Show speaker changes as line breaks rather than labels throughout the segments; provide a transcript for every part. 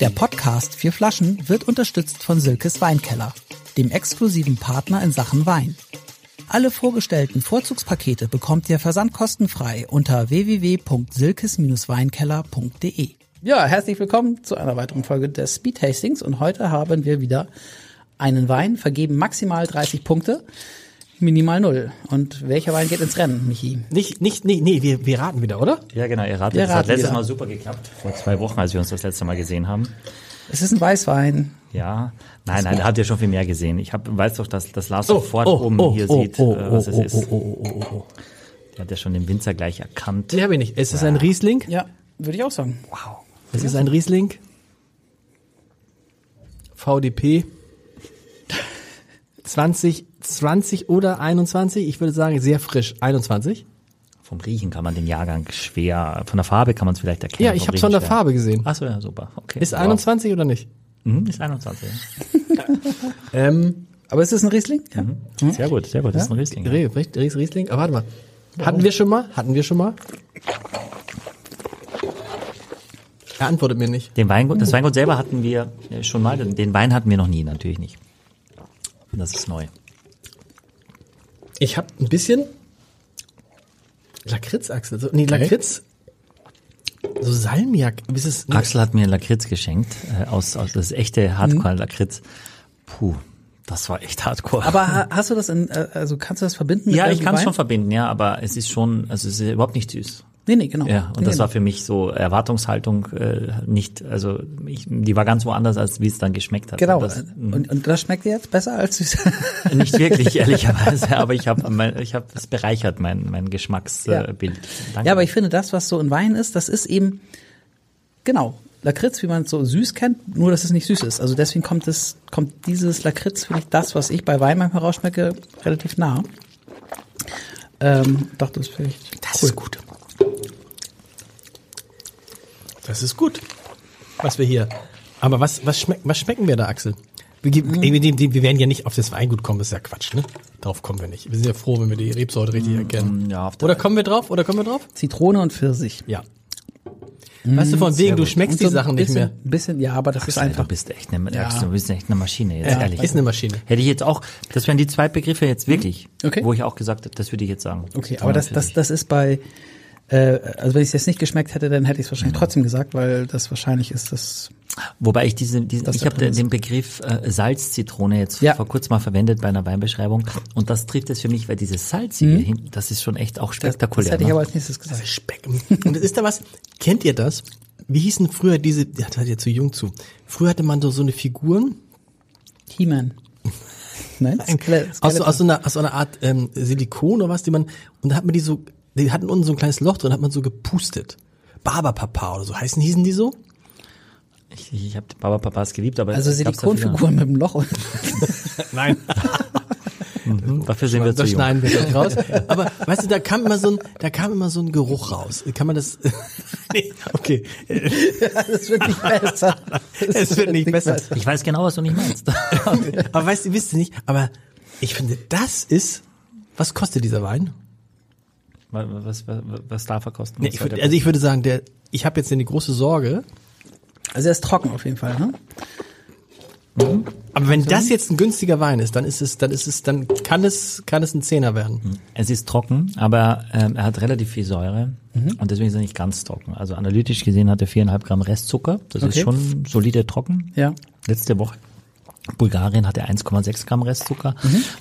Der Podcast Vier Flaschen wird unterstützt von Silkes Weinkeller, dem exklusiven Partner in Sachen Wein. Alle vorgestellten Vorzugspakete bekommt ihr versandkostenfrei unter www.silkes-weinkeller.de. Ja, herzlich willkommen zu einer weiteren Folge des Speed Tastings und heute haben wir wieder einen Wein, vergeben maximal 30 Punkte, minimal 0. Und welcher Wein geht ins Rennen, Michi?
Nicht, nicht, nee, nee, wir, wir raten wieder, oder?
Ja, genau, ihr ratet.
Wir
Das hat
raten
letztes
wieder.
Mal super geklappt, vor zwei Wochen, als wir uns das letzte Mal gesehen haben.
Es ist ein Weißwein.
Ja, nein, nein, da habt ihr schon viel mehr gesehen. Ich hab, weiß doch, dass, dass Lars sofort oben hier sieht,
oh,
äh, was
oh,
es
oh,
ist.
Oh, oh, oh, oh, oh.
Der hat ja schon den Winzer gleich erkannt.
Nee, habe ich nicht. Es ist ein Riesling.
Ja, würde ich auch sagen.
Wow. Es ist ein Riesling. VDP. 20, 20 oder 21. Ich würde sagen, sehr frisch. 21.
Vom Riechen kann man den Jahrgang schwer, von der Farbe kann man es vielleicht erkennen.
Ja, ich
vom
habe es von
Riechen
der
schwer.
Farbe gesehen.
Ach so, ja, super. Okay.
Ist
Wow.
21 oder nicht?
Mhm, ist 21.
Ähm,
Aber ist es ein Riesling? Mhm. Ja.
Mhm.
ja. Sehr gut, sehr gut. Das ist ein Riesling. ja.
Rie- Ries- Ries- Riesling. Aber warte mal. Hatten wir schon mal? Hatten wir schon mal? Er antwortet mir nicht.
Den Weingut, das Weingut selber hatten wir äh, schon mal. Den den Wein hatten wir noch nie, natürlich nicht. Das ist neu.
Ich habe ein bisschen Lakritzachsel. So, nee, Lakritz. So Salmiak. Ist es, nee,
Axel hat mir Lakritz geschenkt, äh, aus, aus das ist echte Hardcore-Lakritz. Puh, das war echt Hardcore.
Aber ha- hast du das in, äh, also kannst du das verbinden mit
ja, ich
irgendeinem
kann es
Wein?
schon verbinden, ja, aber es ist schon, also es ist überhaupt nicht süß.
Nee, nee, genau.
Ja, und
nee,
das
genau.
war für mich so Erwartungshaltung äh, nicht, also ich, die war ganz woanders, als wie es dann geschmeckt hat.
Genau.
Das, mhm.
und, und das schmeckt dir jetzt besser als süß.
nicht wirklich, ehrlicherweise, aber ich habe mein, ich hab, es bereichert, mein, mein Geschmacksbild.
Ja.
Äh, Bild. Danke.
ja, aber ich finde, das, was so in Wein ist, das ist eben, genau, Lakritz, wie man es so süß kennt, nur dass es nicht süß ist. Also deswegen kommt es, kommt dieses Lakritz, finde ich, das, was ich bei Wein manchmal rausschmecke, relativ nah. Ähm, dachte, das ist vielleicht.
das ist gut. Das ist gut, was wir hier. Aber was, was, schmeck, was schmecken wir da, Axel? Wir, geben,
Hm.
ey, wir, die- wir werden ja nicht auf das Weingut kommen, das ist ja Quatsch, ne? Drauf kommen wir nicht. Wir sind ja froh, wenn wir die Rebsorte
Hm,
richtig erkennen.
ja, auf der-
Oder kommen wir drauf? Oder kommen wir drauf?
Zitrone und Pfirsich.
Ja. Weißt du, von wegen, du schmeckst
Hm, Und so
die Sachen
ein
nicht
bisschen,
mehr.
Bisschen, ja, aber das ist
Alter,
einfach.
Du bist echt eine, du bist echt eine Maschine, jetzt ehrlich.
Ist eine Maschine.
Hätte ich jetzt auch, das wären die zwei Begriffe jetzt wirklich,
Mhm. Okay.
wo ich auch gesagt habe, das würde ich jetzt sagen.
Okay, aber das, das, das ist bei, äh, also wenn ich es jetzt nicht geschmeckt hätte, dann hätte ich es wahrscheinlich trotzdem gesagt, weil das wahrscheinlich ist das.
Wobei ich diesen, diesen
das
ich
da
habe
drin
den,
ist.
den Begriff äh, Salzzitrone jetzt
Ja.
vor kurzem mal verwendet bei einer Weinbeschreibung und das trifft es für mich, weil dieses Salzige, hin, das ist schon echt auch
Mhm. Das, das
spektakulär.
hätte ich
ne?
aber als nächstes gesagt.
Speck. Und ist da was? Kennt ihr das? Wie hießen früher diese, ja, da seid ihr zu jung zu. Früher hatte man so, so eine Figuren
He-Man. Nein? Skele-
aus, so-
Skeletor.
aus, so einer, aus so einer Art ähm, Silikon oder was, die man, und da hat man die so, die hatten unten so ein kleines Loch drin, hat man so gepustet. Barberpapa oder so, heißen hießen die so?
ich ich habe Baba Papas geliebt, aber
Also
es gab's dafür-
Silikonfiguren mit dem Loch. und-
Nein.
Mhm, Dafür sind wir zu
Das
jung.
schneiden wir gleich raus. Aber weißt du, da kam immer so ein, da kam immer so ein Geruch raus. Kann man das? nee, okay.
Das wird nicht besser.
Es wird nicht besser.
Ich weiß genau, was du nicht meinst.
Aber weißt du, wisst ihr nicht, aber ich finde, das ist, was kostet dieser Wein?
was, was, was darf er kosten?
Nee,
Was
ich
soll
würd,
der
also ich würde sagen, der, ich habe jetzt eine große Sorge.
Also er ist trocken auf jeden Fall, ne?
Aber wenn das jetzt ein günstiger Wein ist, dann ist es, dann ist es, dann kann es, kann es ein Zehner werden.
Es ist trocken, aber ähm, er hat relativ viel Säure und deswegen ist er nicht ganz trocken. Also analytisch gesehen hat er viereinhalb Gramm Restzucker. Das
Okay.
ist schon solide trocken.
Ja.
Letzte Woche. Bulgarien hatte 1,6 Gramm Restzucker,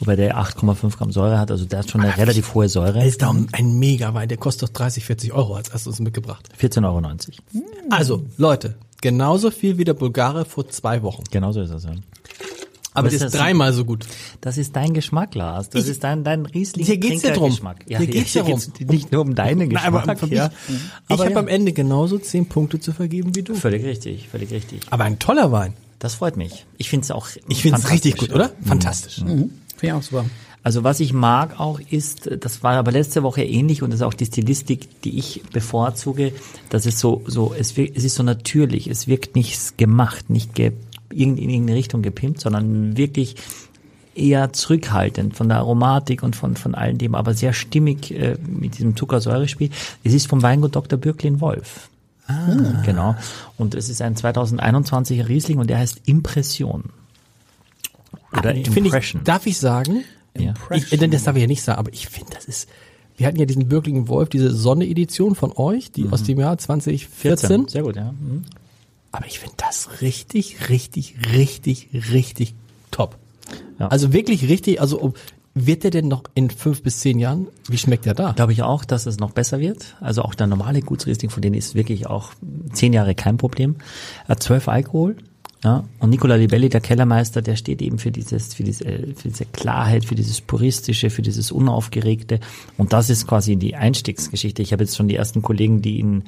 wobei der 8,5 Gramm Säure hat. Also der hat schon eine relativ hohe
Das
Säure.
ist doch ein Mega-Wein, der kostet doch 30, 40 Euro, als hast du uns mitgebracht.
14,90 Euro. Mhm.
Also, Leute, genauso viel wie der Bulgare vor zwei Wochen.
Genau so ist das. Ja.
Aber der
Was ist
ist
das?
dreimal so gut.
Das ist dein Geschmack, Lars. Das
Ich-
ist dein, dein riesling
Hier geht's ja drum.
Trinkergeschmack. Ja,
Hier geht's ja
geht's Nicht nur um deinen
Nein,
Geschmack.
aber für mich-
ja.
Ich
Aber
habe
ja.
am Ende genauso zehn Punkte zu vergeben wie du.
Völlig richtig, völlig richtig.
Aber ein toller Wein.
Das freut mich. Ich finde es auch
Ich finde es richtig
fantastisch, Mhm.
gut,
ja.
oder? Fantastisch.
Finde ich auch super.
Also was ich mag auch ist, das war aber letzte Woche ähnlich und das ist auch die Stilistik, die ich bevorzuge, dass es so, so es, wir- es ist so natürlich, es wirkt nicht gemacht, nicht ge, irgend- in irgendeine Richtung gepimpt, sondern wirklich eher zurückhaltend von der Aromatik und von, von all dem, aber sehr stimmig äh, mit diesem Zuckersäurespiel. Es ist vom Weingut Dr. Birklin Wolf. Genau. Und es ist ein 2021er Riesling und der heißt Impression. Oder
Finde Ah, ich,
Impression.
darf ich sagen?
ja.
Ich, äh, denn das darf ich ja nicht sagen, aber ich finde, das ist. Wir hatten ja diesen Bürgligen Wolf, diese Sonne-Edition von euch, die aus dem Jahr 2014.
Sehr gut, ja. Mhm.
Aber ich finde das richtig, richtig, richtig, richtig top.
Ja.
Also wirklich richtig, also um- wird der denn noch in fünf bis zehn Jahren, wie schmeckt der da?
Glaube ich auch, dass es noch besser wird. Also auch der normale Gutsriesling, von denen ist wirklich auch zehn Jahre kein Problem. Er hat zwölf Alkohol. Ja, und Nicola Libelli, der Kellermeister, der steht eben für dieses, für diese, für diese Klarheit, für dieses Puristische, für dieses Unaufgeregte. Und das ist quasi die Einstiegsgeschichte. Ich habe jetzt schon die ersten Kollegen, die in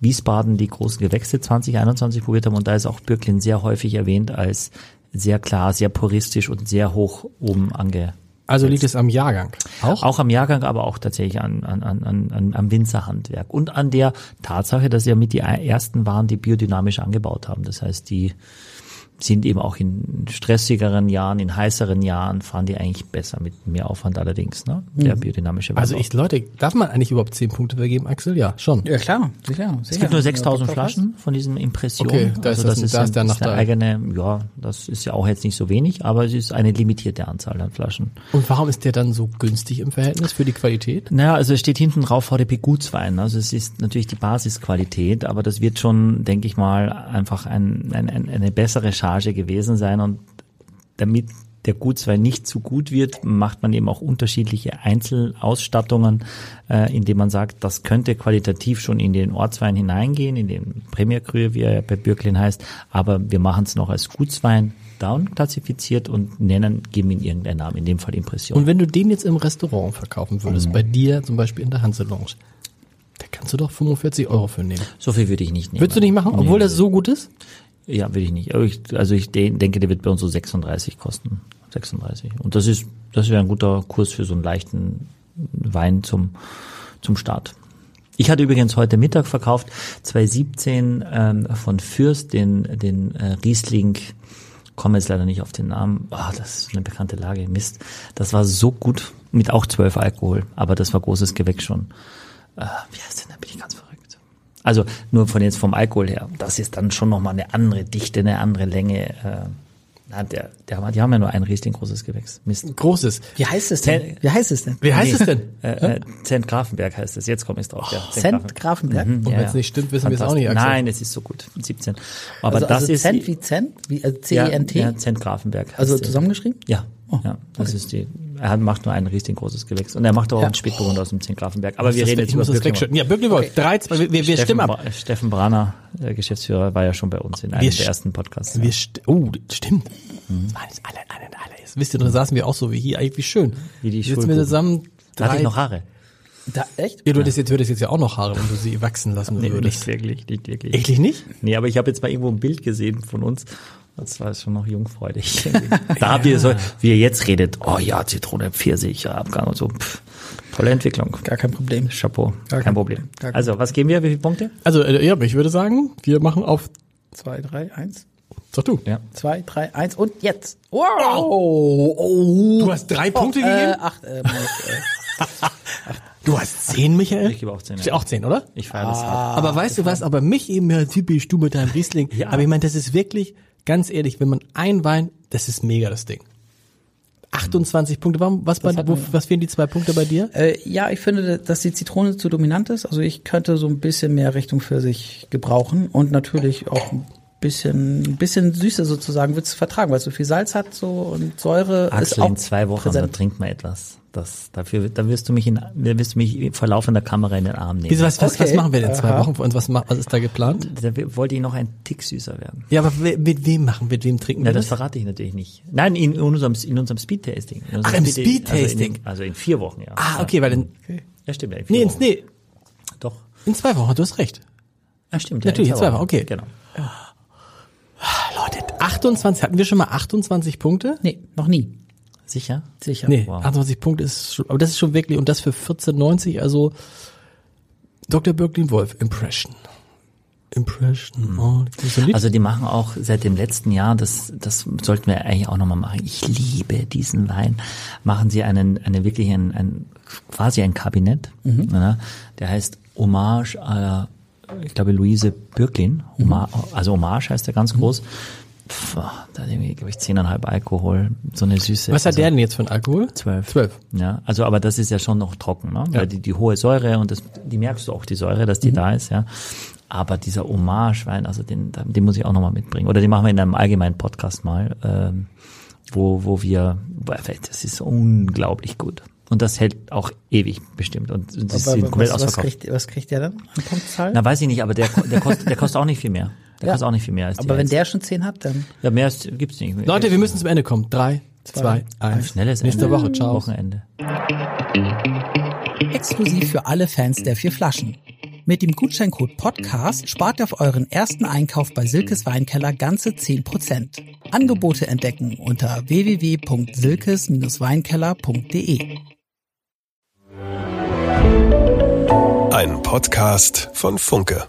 Wiesbaden die großen Gewächse 2021 probiert haben. Und da ist auch Birklin sehr häufig erwähnt als sehr klar, sehr puristisch und sehr hoch oben ange,
Also liegt es am Jahrgang. Auch?
auch am Jahrgang, aber auch tatsächlich an, an, an, an, an, am Winzerhandwerk und an der Tatsache, dass sie ja mit die ersten waren, die biodynamisch angebaut haben. Das heißt, die sind eben auch in stressigeren Jahren, in heißeren Jahren, fahren die eigentlich besser mit mehr Aufwand allerdings, ne? Der biodynamische
Also
Weinbau.
ich, Leute, darf man eigentlich überhaupt zehn Punkte vergeben, Axel? Ja, schon.
Ja, klar, sicher.
Es gibt nur 6000 Flaschen von diesen Impressionen. Also
Okay, da ist das- da ist der
eine
Nachteil.
eigene, ja, das ist ja auch jetzt nicht so wenig, aber es ist eine limitierte Anzahl an Flaschen.
Und warum ist der dann so günstig im Verhältnis für die Qualität?
Naja, also es steht hinten drauf HDP Gutswein. Also es ist natürlich die Basisqualität, aber das wird schon, denke ich mal, einfach ein, ein, ein, eine bessere Charge gewesen sein. Und damit der Gutswein nicht zu gut wird, macht man eben auch unterschiedliche Einzelausstattungen, äh, indem man sagt, das könnte qualitativ schon in den Ortswein hineingehen, in den Premier Cru, wie er ja bei Bürklin heißt, aber wir machen es noch als Gutswein downklassifiziert und nennen, geben ihm irgendeinen Namen, in dem Fall Impression.
Und wenn du den jetzt im Restaurant verkaufen würdest, bei dir zum Beispiel in der Hanse Lounge, da kannst du doch 45 Euro für nehmen.
so viel würde ich nicht nehmen.
Würdest du nicht machen, obwohl
Nee.
das so gut ist?
Ja, will ich nicht. Aber ich, also ich de denke, der wird bei uns so 36 kosten. 36. Und das ist, das wäre ein guter Kurs für so einen leichten Wein zum, zum Start. Ich hatte übrigens heute Mittag verkauft 2017 ähm, von Fürst den, den äh, Riesling, komme jetzt leider nicht auf den Namen, Ah, das ist eine bekannte Lage, Mist. Das war so gut, mit auch 12 Alkohol, aber das war großes Gewächs schon. Äh, wie heißt denn, da bin ich ganz verrückt. Also nur von jetzt vom Alkohol her, das ist dann schon nochmal eine andere Dichte, eine andere Länge. Äh, na, der, der, die haben ja nur ein Riesling großes Gewächs, Mist.
Großes.
Wie heißt es denn? Wie heißt es denn?
Wie heißt es denn?
Äh, äh, Zent Grafenberg heißt es, jetzt komme ich drauf. ja,
Cent Grafenberg.
Mhm.
Und wenn's nicht stimmt, wissen wir es auch
Fantastisch.
nicht, Axel.
Nein, es ist so gut, 17. Aber
Also,
das
also
ist...
Cent wie Cent, wie also
ja,
C-E-N-T.
Ja, Zent Grafenberg. heißt
also
sie.
zusammengeschrieben?
Ja,
Oh,
ja, das ist die... Er hat- macht nur ein riesig großes Gewächs. Und er macht auch einen Spätburgunder aus dem Zent Grafenberg. Aber wir
Das-
reden
ich
jetzt über
muss das
Birkenau.
wegschütten. Ja, Birkley Wolf. Drei, zwei, wir, wir, wir
Steffen,
stimmen ab.
Bra- Steffen Brahner, der Geschäftsführer, war ja schon bei uns in einem
st-
der ersten Podcasts.
Wir st oh, das stimmt. Das waren jetzt alle, alle, alle. Jetzt wisst ihr, drin saßen wir auch so wie hier. Eigentlich wie schön.
Wie die
Sitzen wir
Schulbuben.
zusammen.
Da hatte
drei-
ich noch Haare.
Da, echt?
Ja, du hättest jetzt, würdest jetzt ja auch noch Haare, wenn du sie wachsen lassen
Nee,
würdest.
nicht wirklich, nicht wirklich.
Ehrlich nicht?
Nee, aber ich habe jetzt mal irgendwo ein Bild gesehen von uns. Das war schon noch jungfreudig. da habt ihr so, wie ihr jetzt redet, oh ja, Zitrone, Pfirsich, ja, Abgang und so. Pff, tolle Entwicklung.
Gar kein Problem.
Chapeau, kein,
kein-
Problem.
gar kein
Also, was geben wir? Wie viele Punkte?
Also, äh, ja, aber ich würde sagen, wir machen auf,
Zwei, drei, eins.
sag du.
Ja.
Zwei, drei, eins und jetzt. Wow!
Oh!
Du hast drei Punkte
Äh,
gegeben?
acht, äh, meine ich, äh,
Du hast zehn, Michael?
Ich gebe auch zehn,
Ist
ja.
Ja. Auch zehn, oder?
Ich feiere das hart.
aber weißt du was, aber mich eben ja typisch du mit deinem Riesling.
Ja.
Aber ich meine, das ist wirklich, ganz ehrlich, wenn man ein Wein, das ist mega das Ding. 28 Punkte, warum, was, bei, wo, was fehlen die zwei Punkte bei dir?
äh, ja, ich finde, dass die Zitrone zu dominant ist. Also ich könnte so ein bisschen mehr Richtung für sich gebrauchen und natürlich auch ein bisschen, ein bisschen Süße sozusagen wird es vertragen, weil es so viel Salz hat so und Säure ist
Axel,
auch
in zwei Wochen, ne? da
präsent.
trinkt man etwas. Das, dafür, da wirst du mich in, da wirst du mich vor laufender Kamera in den Arm nehmen.
Wieso, was, was, was
Okay.
machen wir denn in zwei Wochen für uns? Was, ma- was ist da geplant?
Da w- wollte ich noch ein Tick süßer werden.
Ja, aber we- mit wem machen? Mit wem trinken
Ja,
wir
das
das?
verrate ich natürlich nicht. Nein, in, in unserem, in unserem Speedtasting. In unserem
Ach, im
Also in,
Speedtasting.
den- also in vier Wochen, ja.
Ah, okay, weil dann,
Ja, stimmt. Ja, in vier
nee,
Wochen.
ins, nee,
Doch.
in zwei Wochen, du hast recht.
Ah, stimmt.
Natürlich,
ja,
in zwei Wochen, okay.
Genau.
Leute, 28, hatten wir schon mal 28 Punkte?
Nee, noch nie.
Sicher?
Sicher.
Nee,
Wow.
28 Punkte ist schon, aber das ist schon wirklich, und das für 14,90, also Dr. Birklin Wolf, Impression. Impression, oh, das ist so lieb.
Hm. Also die machen auch seit dem letzten Jahr, das, das sollten wir eigentlich auch nochmal machen. Ich liebe diesen Wein. Machen sie einen, einen wirklich einen, einen, quasi ein Kabinett. Ja, der heißt ne? Hommage à la ich glaube, Luise Bürklin, Oma, also Hommage heißt der ganz groß. Pff, da hat irgendwie, glaube ich, 10,5 Alkohol, so eine süße.
Was hat
also,
der denn jetzt für einen Alkohol?
Zwölf.
Zwölf.
Ja, also aber das ist ja schon noch trocken, ne? Weil die, die hohe Säure und das, die merkst du auch, die Säure, dass
Mhm.
die da ist, ja. Aber dieser Hommage-Wein, also den, den muss ich auch nochmal mitbringen. Oder den machen wir in einem allgemeinen Podcast mal, ähm, wo, wo wir, boah, das ist unglaublich gut. Und das hält auch ewig bestimmt. Und das
Aber
ist komplett
was, was,
ausverkauft.
kriegt, was kriegt der dann an Punktzahl?
Na, weiß ich nicht, aber der, der, kostet, der kostet auch nicht viel mehr. Der
Ja.
kostet auch nicht viel mehr. Als die
Aber wenn
jetzt.
der schon 10 hat, dann
Ja, mehr ist- gibt's nicht.
Leute, wir müssen zum Ende kommen. Drei, zwei, eins.
Schnelles
Nächste
Ende.
Woche. Ciao.
Wochenende.
exklusiv für alle Fans der vier Flaschen. Mit dem Gutscheincode Podcast spart ihr auf euren ersten Einkauf bei Silkes Weinkeller ganze 10%. Angebote entdecken unter www.silkes-weinkeller.de.
Ein Podcast von Funke.